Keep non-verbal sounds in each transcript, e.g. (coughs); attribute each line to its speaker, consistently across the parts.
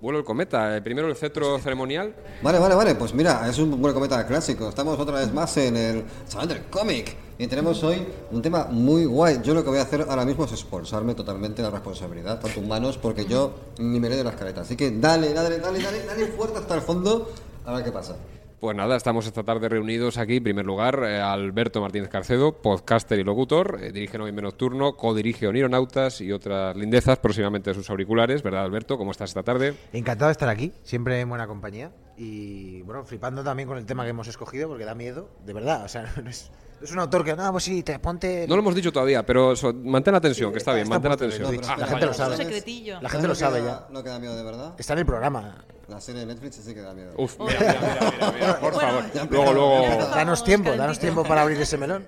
Speaker 1: Vuelo el cometa. Eh, primero el cetro ceremonial.
Speaker 2: Vale, vale, vale. Pues mira, es un buen cometa clásico. Estamos otra vez más en el Salón del Cómic. Y tenemos hoy un tema muy guay. Yo lo que voy a hacer ahora mismo es esforzarme totalmente la responsabilidad a tus manos porque yo ni me leo las caretas. Así que dale, dale, dale, dale, dale fuerte hasta el fondo a ver qué pasa.
Speaker 1: Pues nada, estamos esta tarde reunidos aquí. En primer lugar, eh, Alberto Martínez Carcedo, podcaster y locutor. eh, dirige Noviembre Nocturno, codirige Onironautas y otras lindezas, próximamente sus auriculares. ¿Verdad, Alberto? ¿Cómo estás esta tarde?
Speaker 3: Encantado de estar aquí, siempre en buena compañía y bueno, flipando también con el tema que hemos escogido porque da miedo, de verdad, o sea, (laughs) no es, no es un autor que, no, pues sí, te ponte...
Speaker 1: No lo hemos dicho todavía, pero so- mantén la tensión, que está bien,
Speaker 3: está
Speaker 1: mantén la
Speaker 3: puesto,
Speaker 1: tensión.
Speaker 3: lo he dicho.
Speaker 1: Ah,
Speaker 3: La
Speaker 1: vale.
Speaker 3: gente lo
Speaker 2: ¿Sabes?
Speaker 3: sabe.
Speaker 4: secretillo.
Speaker 3: La
Speaker 2: ¿Sabes
Speaker 3: gente lo
Speaker 2: que
Speaker 3: sabe
Speaker 2: da-
Speaker 3: ya.
Speaker 2: No queda miedo de verdad.
Speaker 3: Está en el programa.
Speaker 2: La serie de Netflix sí que da miedo.
Speaker 1: Uf, mira, mira, mira, mira,
Speaker 2: (laughs)
Speaker 1: mira, por
Speaker 4: Bueno,
Speaker 1: favor. Luego,
Speaker 2: ya empezamos, ya
Speaker 1: luego.
Speaker 2: empezamos.
Speaker 3: Danos tiempo, danos tiempo para abrir ese melón.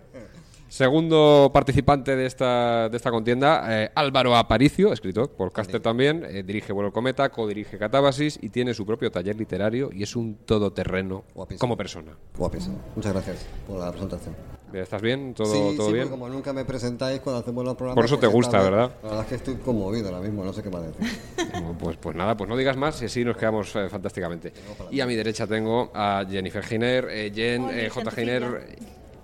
Speaker 1: Segundo participante de esta, de esta contienda, eh, Álvaro Aparicio, escritor, podcaster también, eh, dirige Vuelo al Cometa, codirige Catábasis y tiene su propio taller literario y es un todoterreno
Speaker 2: Guapísimo.
Speaker 1: como persona.
Speaker 2: Guapísimo. Muchas gracias por la presentación.
Speaker 1: ¿Estás bien? ¿Todo,
Speaker 2: sí,
Speaker 1: todo
Speaker 2: sí,
Speaker 1: bien?
Speaker 2: porque como nunca me presentáis cuando hacemos los programas.
Speaker 1: Por eso te
Speaker 2: pues
Speaker 1: gusta,
Speaker 2: esta vez-
Speaker 1: ¿verdad?
Speaker 2: La verdad es que estoy conmovido ahora mismo, no sé qué más decir.
Speaker 1: (laughs) Bueno, Pues, pues nada, pues no digas más y así nos quedamos eh, fantásticamente. Y a mi derecha tengo a Jennifer Giner, eh, Jen,
Speaker 4: Hola,
Speaker 1: eh, J.
Speaker 4: gentecilla.
Speaker 1: Giner, eh,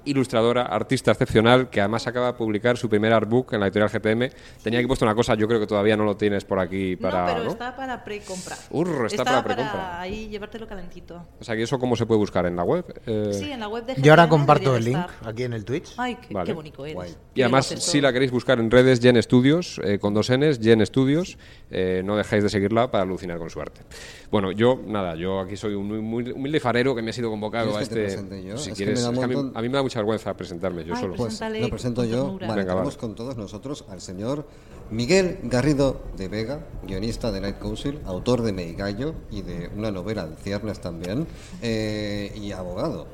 Speaker 1: ilustradora, artista excepcional, que además acaba de publicar su primer artbook en la editorial GPM. Tenía aquí puesto una cosa, yo creo que todavía no lo tienes por aquí para...
Speaker 4: no, pero
Speaker 1: ¿no?
Speaker 4: está para precompra.
Speaker 1: Urro, está para precompra.
Speaker 4: ahí llevártelo calentito.
Speaker 1: O sea, que eso cómo se puede buscar en la web. Eh,
Speaker 4: Sí, en la web de
Speaker 3: Yo ahora
Speaker 4: GPM
Speaker 3: comparto el
Speaker 4: debería
Speaker 3: link
Speaker 4: estar.
Speaker 3: aquí en el Twitch.
Speaker 4: Ay, qué,
Speaker 1: Vale.
Speaker 4: qué bonito eres.
Speaker 2: Guay.
Speaker 1: Y además,
Speaker 4: Tienes
Speaker 1: si la queréis buscar en redes, Gen Studios, eh, con dos Ns, Gen Studios, eh, no dejáis de seguirla para alucinar con su arte. Bueno, yo, nada, yo aquí soy un muy, muy humilde farero que me ha sido convocado a
Speaker 2: ¿Quieres que te
Speaker 1: este...
Speaker 2: presente yo?
Speaker 1: Si
Speaker 2: Es que
Speaker 1: quieres,
Speaker 2: me da
Speaker 1: es que a, mí,
Speaker 2: montón-
Speaker 1: a mí me da mucha vergüenza presentarme yo
Speaker 4: Ay,
Speaker 1: solo.
Speaker 4: pues-
Speaker 2: Pues
Speaker 4: Preséntale
Speaker 2: lo presento
Speaker 4: con
Speaker 2: yo.
Speaker 4: ternura.
Speaker 2: Vale,
Speaker 1: Venga,
Speaker 2: tenemos
Speaker 1: vale.
Speaker 2: con todos nosotros al señor Miguel Garrido de Vega, guionista de Night Council, autor de Meigallo y de una novela en ciernes también, eh, y abogado.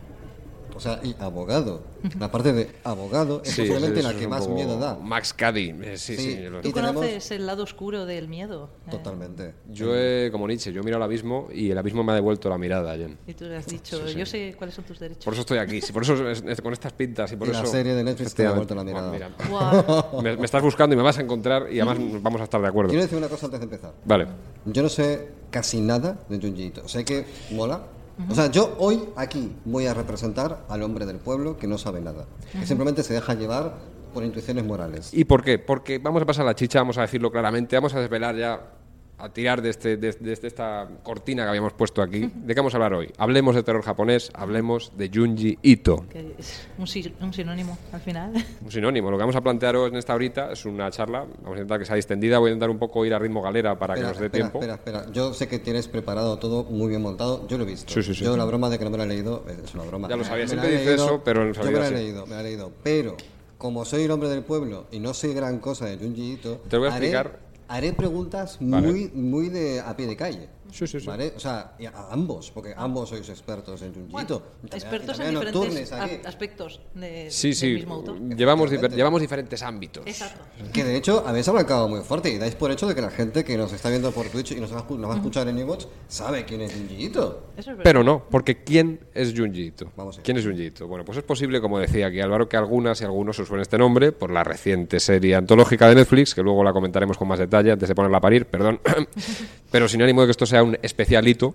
Speaker 2: O sea, y abogado. La parte de abogado es
Speaker 1: Sí,
Speaker 2: posiblemente
Speaker 1: eso
Speaker 2: la
Speaker 1: es
Speaker 2: que
Speaker 1: un
Speaker 2: más
Speaker 1: poco
Speaker 2: miedo da.
Speaker 1: Max Caddy, eh, sí, sí.
Speaker 2: Sí,
Speaker 1: lo-
Speaker 4: Tú
Speaker 2: Y tenemos-
Speaker 4: conoces el lado oscuro del miedo. eh,
Speaker 2: Totalmente.
Speaker 1: Yo, he- como Nietzsche, yo miro al abismo y el abismo me ha devuelto la mirada, Jen.
Speaker 4: Y tú le has dicho, yo sé cuáles son tus derechos.
Speaker 1: Por eso estoy aquí, sí, por eso es- es- con estas pintas y por
Speaker 2: Y la
Speaker 1: eso...
Speaker 2: serie de Netflix te ha devuelto la
Speaker 1: Efectivamente.
Speaker 2: mirada.
Speaker 1: Bueno,
Speaker 4: Guau.
Speaker 1: mira, me, me estás buscando y me vas a encontrar y además vamos a estar de acuerdo.
Speaker 2: Quiero decir una cosa antes de empezar.
Speaker 1: Vale.
Speaker 2: Yo no sé casi nada de Junji Ito. Sé que mola. O sea, yo hoy aquí voy a representar al hombre del pueblo que no sabe nada, que simplemente se deja llevar por intuiciones morales.
Speaker 1: ¿Y por qué? Porque vamos a pasar la chicha, vamos a decirlo claramente, vamos a desvelar ya, a tirar de, este, de, de- de esta cortina que habíamos puesto aquí. ¿De qué vamos a hablar hoy? Hablemos de terror japonés, hablemos de Junji Ito.
Speaker 4: que es un, si- un sinónimo al final.
Speaker 1: Un sinónimo. Lo que vamos a plantearos en esta horita es una charla, vamos a intentar que sea distendida, voy a intentar un poco ir a ritmo galera para que nos dé
Speaker 2: espera,
Speaker 1: tiempo.
Speaker 2: espera, espera. Yo sé que tienes preparado todo muy bien montado. Yo lo he visto.
Speaker 1: Sí, sí, sí.
Speaker 2: Yo la broma de que no me la he leído es una broma.
Speaker 1: Ya lo sabía,
Speaker 2: Me
Speaker 1: siempre
Speaker 2: la he
Speaker 1: dice eso, pero en
Speaker 2: Yo me
Speaker 1: realidad
Speaker 2: la he
Speaker 1: sí.
Speaker 2: leído, me la he leído. Pero como soy el hombre del pueblo y no sé gran cosa de Junji Ito,
Speaker 1: Te voy a
Speaker 2: haré-
Speaker 1: explicar-
Speaker 2: Haré preguntas
Speaker 1: Vale.
Speaker 2: muy, muy de a pie de calle.
Speaker 1: Sí, sí, sí.
Speaker 2: ¿Vale? O sea, y a, a ambos, porque ambos sois expertos en Junjito. y también- y
Speaker 4: expertos en
Speaker 2: también
Speaker 4: diferentes
Speaker 2: Nocturnes aquí.
Speaker 4: a- aspectos de,
Speaker 1: Sí,
Speaker 4: del
Speaker 1: sí.
Speaker 4: mismo autor.
Speaker 1: Llevamos, difer-
Speaker 2: Efectivamente.
Speaker 1: llevamos diferentes ámbitos.
Speaker 4: Exacto.
Speaker 2: Que de hecho habéis arrancado muy fuerte y dais por hecho de que la gente que nos está viendo por Twitch y nos va a, escu- nos va a escuchar en Evox sabe quién es Junjiito.
Speaker 4: Eso es verdad.
Speaker 1: Pero no, porque ¿quién es Junji Ito?
Speaker 2: Vamos allá.
Speaker 1: ¿Quién es Junji Ito? Bueno, pues es posible, como decía aquí Álvaro, que algunas y algunos os suene este nombre por la reciente serie antológica de Netflix, que luego la comentaremos con más detalle antes de ponerla a parir, perdón. (coughs) pero sin ánimo de que esto sea un especialito,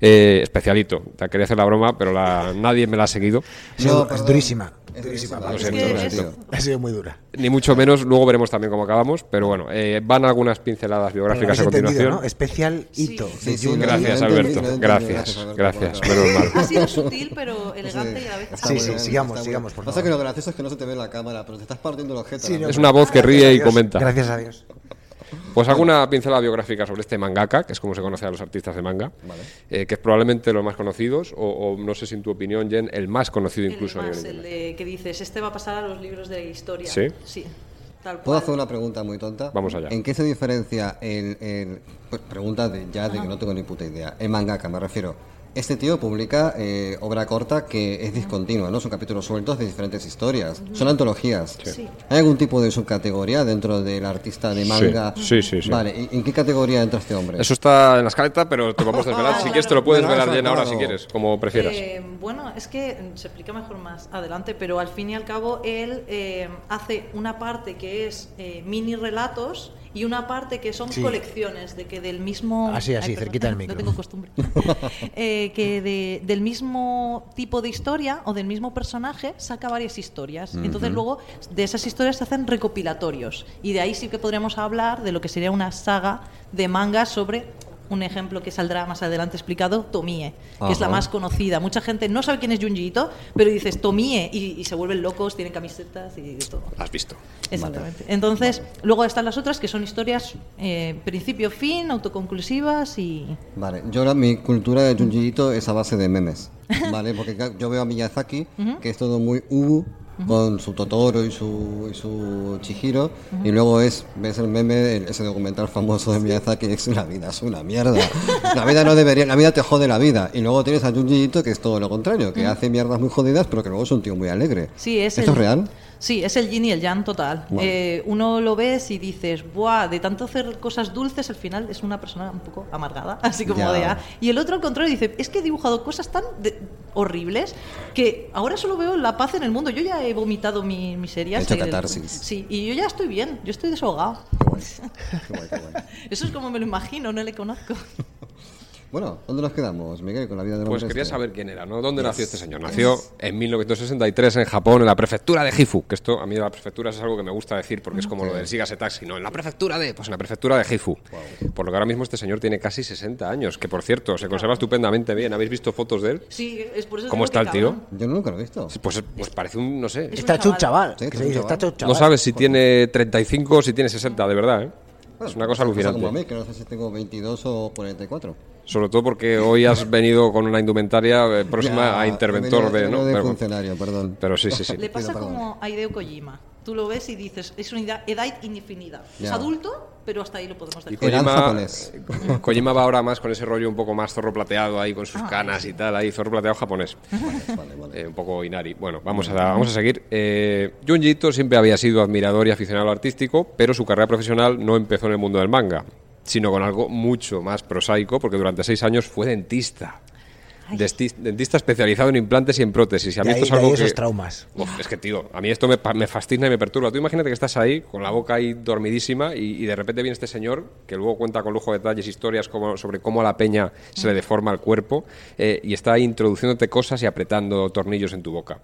Speaker 1: eh, especialito, Ya quería hacer la broma, pero la- nadie me la ha seguido.
Speaker 3: No, es
Speaker 2: perdón.
Speaker 3: durísima.
Speaker 2: Es
Speaker 3: durísima.
Speaker 2: durísima,
Speaker 3: Pablo.
Speaker 2: lo
Speaker 1: siento,
Speaker 4: lo siento.
Speaker 3: Ha sido muy dura.
Speaker 1: Ni mucho menos, luego veremos también cómo acabamos, pero bueno, eh, van algunas pinceladas biográficas
Speaker 3: Habéis
Speaker 1: a
Speaker 3: entendido,
Speaker 1: continuación.
Speaker 3: ¿no? Especial hito.
Speaker 2: Sí,
Speaker 3: de
Speaker 2: sí,
Speaker 3: Junji.
Speaker 2: lo he
Speaker 1: Gracias,
Speaker 2: entendido,
Speaker 1: Alberto.
Speaker 2: lo he entendido.
Speaker 1: Gracias, gracias,
Speaker 2: Alberto.
Speaker 1: menos
Speaker 2: (laughs)
Speaker 1: mal.
Speaker 4: Ha sido sutil, pero elegante y a la vez
Speaker 2: Está
Speaker 3: Sí,
Speaker 2: muy
Speaker 3: sí,
Speaker 2: bien,
Speaker 3: sigamos,
Speaker 2: está muy
Speaker 3: sigamos,
Speaker 2: bien.
Speaker 3: por
Speaker 2: Pasa
Speaker 3: favor.
Speaker 2: que lo gracioso es que no se te ve en la cámara, pero te estás partiendo el objeto.
Speaker 3: Sí,
Speaker 2: la
Speaker 3: no, pues,
Speaker 1: Es
Speaker 2: verdad.
Speaker 1: una voz que
Speaker 3: Gracias
Speaker 1: ríe
Speaker 3: a
Speaker 1: y
Speaker 3: Dios,
Speaker 1: comenta.
Speaker 3: Gracias a Dios.
Speaker 1: Pues hago una pincelada biográfica sobre este mangaka, que es como se conoce a los artistas de manga, eh, que es probablemente los más conocidos, o, o no sé si en tu opinión, Jen, el más conocido incluso a
Speaker 4: el,
Speaker 1: nivel
Speaker 4: más, el
Speaker 1: mundial.
Speaker 4: de que dices, este va a pasar a los libros de historia.
Speaker 1: ¿Sí?
Speaker 4: Tal
Speaker 2: ¿Puedo
Speaker 4: cual.
Speaker 2: hacer una pregunta muy tonta?
Speaker 1: Vamos allá.
Speaker 2: ¿En qué se diferencia el. el- pues pregunta de, ya de que no tengo ni puta idea. El mangaka, me refiero. Este tío publica eh, obra corta que es discontinua, ¿no? Son capítulos sueltos de diferentes historias. Son antologías.
Speaker 4: Sí.
Speaker 2: ¿Hay algún tipo de subcategoría dentro del artista de
Speaker 1: Sí,
Speaker 2: manga?
Speaker 1: sí, sí, sí.
Speaker 2: Vale, ¿y- ¿en qué categoría entra este hombre?
Speaker 1: Eso está en la escaleta, pero te lo vamos a desvelar.
Speaker 4: (laughs) Ah,
Speaker 1: si
Speaker 4: claro.
Speaker 1: quieres, te lo puedes
Speaker 2: Me lo has
Speaker 1: desvelar, Jen, ahora
Speaker 2: sacado.
Speaker 1: si quieres, como prefieras.
Speaker 4: Eh, bueno, es que mm, se explica mejor más adelante, pero al fin y al cabo él eh, hace una parte que es eh, mini relatos y una parte que son
Speaker 3: Sí.
Speaker 4: colecciones, de que del mismo...
Speaker 3: Así, así,
Speaker 4: perdón,
Speaker 3: cerquita
Speaker 4: (laughs)
Speaker 3: del micro.
Speaker 4: No tengo costumbre. Eh, que de- del mismo tipo de historia o del mismo personaje saca varias historias. Entonces luego de esas historias se hacen recopilatorios y de ahí sí que podríamos hablar de lo que sería una saga de manga sobre... Un ejemplo que saldrá más adelante explicado, Tomie, que es la
Speaker 2: Ajá.
Speaker 4: más conocida. Mucha gente no sabe quién es Junji Ito, pero dices Tomie y, y se vuelven locos, tienen camisetas y de todo.
Speaker 1: La has visto.
Speaker 4: Exactamente. Entonces, luego están las otras que son historias eh, principio, fin, autoconclusivas y.
Speaker 2: Vale, yo ahora mi cultura de Junji Ito es a base de memes, ¿vale? Porque claro, yo veo a Miyazaki, que es todo muy ubu, con su Totoro y su, y su Chihiro, y luego es, ves el meme, el- ese documental famoso de Miyazaki, es una vida, es una mierda. (laughs) La vida no debería, la vida te jode la vida. Y luego tienes a Junji Ito, que es todo lo contrario, que hace mierdas muy jodidas, pero que luego es un tío muy alegre.
Speaker 4: Sí, es
Speaker 2: ¿Esto
Speaker 4: el-
Speaker 2: es real?
Speaker 4: Sí, es el yin y el yang total.
Speaker 2: Vale.
Speaker 4: Eh, uno lo ves y dices, ¡buah! De tanto hacer cosas dulces, al final es una persona un poco amargada, (laughs) así como
Speaker 2: Ya.
Speaker 4: de ah. Y el otro, al contrario, dice, es que he dibujado cosas tan de- horribles que ahora solo veo la paz en el mundo. Yo ya he vomitado mi miseria.
Speaker 2: He hecho catarsis.
Speaker 4: Sí, y yo ya estoy bien, yo estoy desahogado.
Speaker 2: Qué guay, qué guay, qué guay.
Speaker 4: (laughs) Eso es como me lo imagino, no
Speaker 2: (laughs)
Speaker 4: le conozco.
Speaker 2: Bueno, ¿dónde nos quedamos, Miguel, con la vida de
Speaker 1: Pues
Speaker 2: hombre
Speaker 1: quería
Speaker 2: este?
Speaker 1: saber quién era, ¿no? ¿Dónde nació este señor? Nació en 1963 en Japón, en la prefectura de Gifu. Que esto, a mí la prefectura es algo que me gusta decir porque es como lo del Siga Taxi, ¿no? En la prefectura de, pues en la prefectura de Gifu. Por lo que ahora mismo este señor tiene casi 60 años, que por cierto, se conserva estupendamente bien. ¿Habéis visto fotos de él?
Speaker 4: Sí, es por eso.
Speaker 1: ¿Cómo
Speaker 4: digo
Speaker 1: está
Speaker 4: que
Speaker 1: el tío?
Speaker 4: cabrón.
Speaker 2: Yo nunca lo he visto.
Speaker 1: Pues, pues parece un, no sé.
Speaker 4: Es
Speaker 3: Está
Speaker 4: un
Speaker 3: hecho un
Speaker 4: chaval.
Speaker 2: Sí,
Speaker 3: chaval. que
Speaker 2: está
Speaker 3: se
Speaker 2: un
Speaker 3: dice,
Speaker 2: chaval.
Speaker 3: está hecho un
Speaker 1: No
Speaker 3: chaval.
Speaker 1: sabes si tiene 35 o si tiene 60, de verdad, ¿eh?
Speaker 2: Bueno, pues,
Speaker 1: Es una cosa
Speaker 2: Como a mí,
Speaker 1: alucinante.
Speaker 2: que no sé si tengo 22 o 44.
Speaker 1: Sobre todo porque hoy has venido con una indumentaria eh, próxima
Speaker 2: Ya,
Speaker 1: a interventor
Speaker 2: he venido-
Speaker 1: de...
Speaker 2: he
Speaker 1: ¿no?
Speaker 2: venido de
Speaker 1: Pero,
Speaker 2: funcionario, perdón.
Speaker 1: pero sí, sí, sí.
Speaker 4: Le pasa
Speaker 2: Pido perdón.
Speaker 4: como a Hideo Kojima. Tú lo ves y dices, es una edad- edad indefinida. Es
Speaker 2: Ya.
Speaker 4: adulto, pero hasta ahí lo podemos
Speaker 1: Y
Speaker 4: dejar.
Speaker 2: Eran
Speaker 1: Kojima,
Speaker 2: japonés.
Speaker 1: Kojima va ahora más con ese rollo un poco más zorro plateado ahí con sus canas y tal, ahí zorro plateado japonés.
Speaker 2: Vale, vale.
Speaker 1: Eh, un poco Inari. Bueno, vamos a, vamos a seguir. Eh, Junji Ito siempre había sido admirador y aficionado al artístico, pero su carrera profesional no empezó en el mundo del manga, sino con algo mucho más prosaico, porque durante seis años fue dentista. Desti- dentista especializado en implantes y en prótesis. Y a mí
Speaker 3: De ahí-
Speaker 1: esto es
Speaker 3: de ahí
Speaker 1: algo
Speaker 3: esos
Speaker 1: que-
Speaker 3: traumas.
Speaker 1: Uf, es que, tío, a mí esto me, pa- me fascina y me perturba. Tú imagínate que estás ahí, con la boca ahí dormidísima, y, y de repente viene este señor, que luego cuenta con lujo de detalles, historias como, sobre cómo a la peña se le deforma el cuerpo, eh, y está ahí introduciéndote cosas y apretando tornillos en tu boca.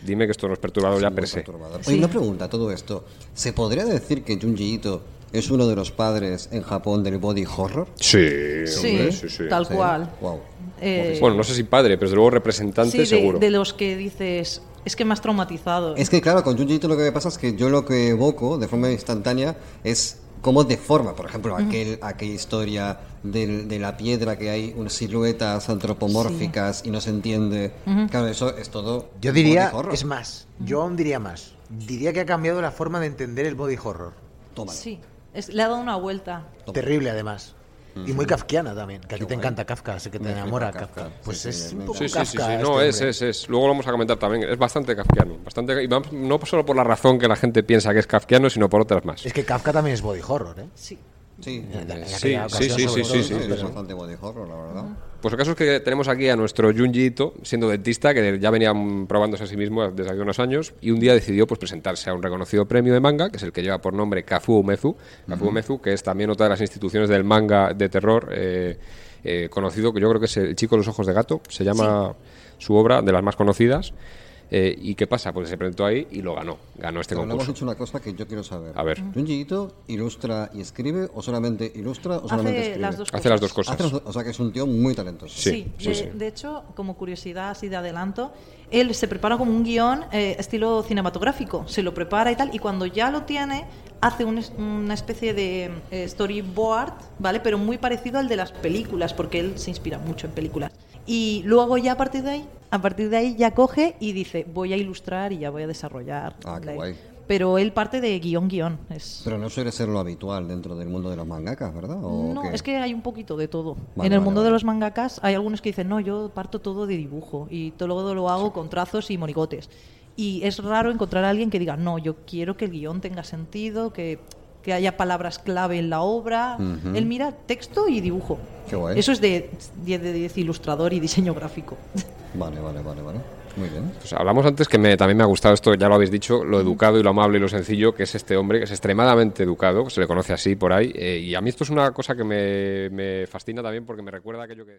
Speaker 1: Dime que esto no es perturbador ya per se.
Speaker 2: Perturbador. Oye, una pregunta, todo esto. ¿Se podría decir que Junji Ito es uno de los padres en Japón del body horror?
Speaker 1: Sí,
Speaker 4: Sí,
Speaker 1: hombre, sí, sí.
Speaker 4: tal
Speaker 2: Sí.
Speaker 4: cual.
Speaker 2: Wow.
Speaker 4: Eh,
Speaker 1: Bueno, no sé si padre, pero desde luego representante
Speaker 4: sí, de-
Speaker 1: seguro.
Speaker 4: de los que dices, es que me has traumatizado.
Speaker 2: Es que claro, con Junji Ito lo que me pasa es que yo lo que evoco de forma instantánea es cómo deforma, por ejemplo, aquel, aquella historia del- de la piedra que hay unas siluetas antropomórficas y no se entiende. Claro, eso es todo.
Speaker 3: Yo diría,
Speaker 2: body horror.
Speaker 3: es más, yo aún diría más. Diría que ha cambiado la forma de entender el body horror.
Speaker 2: Tómalo.
Speaker 4: Sí, es- le ha dado una vuelta.
Speaker 2: Toma.
Speaker 3: Terrible, además. Y muy kafkiana también, que a ti te encanta Kafka, así que te
Speaker 2: Me flipa
Speaker 3: enamora
Speaker 2: Kafka.
Speaker 3: Kafka.
Speaker 2: Sí,
Speaker 3: Pues
Speaker 2: sí,
Speaker 3: es
Speaker 2: me
Speaker 3: un poco
Speaker 1: Sí, sí,
Speaker 3: Kafka.
Speaker 1: sí, sí,
Speaker 3: este
Speaker 1: no, es,
Speaker 3: hombre.
Speaker 1: es, es. Luego lo vamos a comentar también. Es bastante kafkiano. Bastante, y vamos- no solo por la razón que la gente piensa que es kafkiano, sino por otras más.
Speaker 3: Es que Kafka también es body horror, ¿eh?
Speaker 4: Sí.
Speaker 2: Sí,
Speaker 3: En aquella
Speaker 1: sí,
Speaker 3: ocasión,
Speaker 1: sí, sí, sí,
Speaker 3: sobre todo,
Speaker 1: sí,
Speaker 3: ¿no?
Speaker 2: es
Speaker 3: Pero-
Speaker 2: bastante body horror, la verdad.
Speaker 1: Pues el caso es que tenemos aquí a nuestro Junji Ito, siendo dentista, que ya venía mm, probándose a sí mismo desde hace unos años, y un día decidió pues, presentarse a un reconocido premio de manga, que es el que lleva por nombre Kafu Umezu, Kafu Umezu, que es también otra de las instituciones del manga de terror eh, eh, conocido, que yo creo que es El Chico de los Ojos de Gato, se llama su obra, de las más conocidas. Eh, ¿Y qué pasa? Pues se presentó ahí y lo ganó, ganó este
Speaker 2: Pero no hemos
Speaker 1: concurso.
Speaker 2: hecho una cosa que yo quiero saber.
Speaker 1: A ver.
Speaker 2: ¿Junji Ito ilustra y escribe o solamente ilustra o solamente
Speaker 4: Hace
Speaker 2: escribe?
Speaker 4: las dos cosas.
Speaker 1: Hace las dos cosas.
Speaker 2: Hace las dos- O sea que es un tío muy talentoso.
Speaker 1: Sí,
Speaker 4: Sí,
Speaker 1: sí,
Speaker 4: de,
Speaker 1: sí.
Speaker 4: de hecho, como curiosidad así de adelanto, él se prepara como un guión eh, estilo cinematográfico, se lo prepara y tal, y cuando ya lo tiene, hace un es- una especie de eh, storyboard, ¿vale? Pero muy parecido al de las películas, porque él se inspira mucho en películas. Y luego ya a partir de ahí, a partir de ahí ya coge y dice, voy a ilustrar y ya voy a desarrollar.
Speaker 2: Ah, qué
Speaker 4: la-
Speaker 2: guay.
Speaker 4: Pero él parte de guión-guión. Es...
Speaker 2: Pero no suele ser lo habitual dentro del mundo de los mangakas, ¿verdad? ¿O
Speaker 4: No,
Speaker 2: qué?
Speaker 4: es que hay un poquito de todo.
Speaker 2: Vale,
Speaker 4: en el
Speaker 2: vale,
Speaker 4: mundo
Speaker 2: vale.
Speaker 4: de los mangakas hay algunos que dicen, no, yo parto todo de dibujo y todo luego lo hago con trazos y monigotes. Y es raro encontrar a alguien que diga, no, yo quiero que el guión tenga sentido, que, que haya palabras clave en la obra.
Speaker 2: Ujú.
Speaker 4: Él mira texto y dibujo.
Speaker 2: Qué guay.
Speaker 4: Eso es de 10 de 10 ilustrador y diseño gráfico. (laughs)
Speaker 2: Vale, vale, vale, vale. Muy bien.
Speaker 1: Pues hablamos antes que me, también me ha gustado esto, ya lo habéis dicho, lo educado y lo amable y lo sencillo que es este hombre, que es extremadamente educado, que se le conoce así por ahí. eh, y a mí esto es una cosa que me, me fascina también porque me recuerda a aquello que...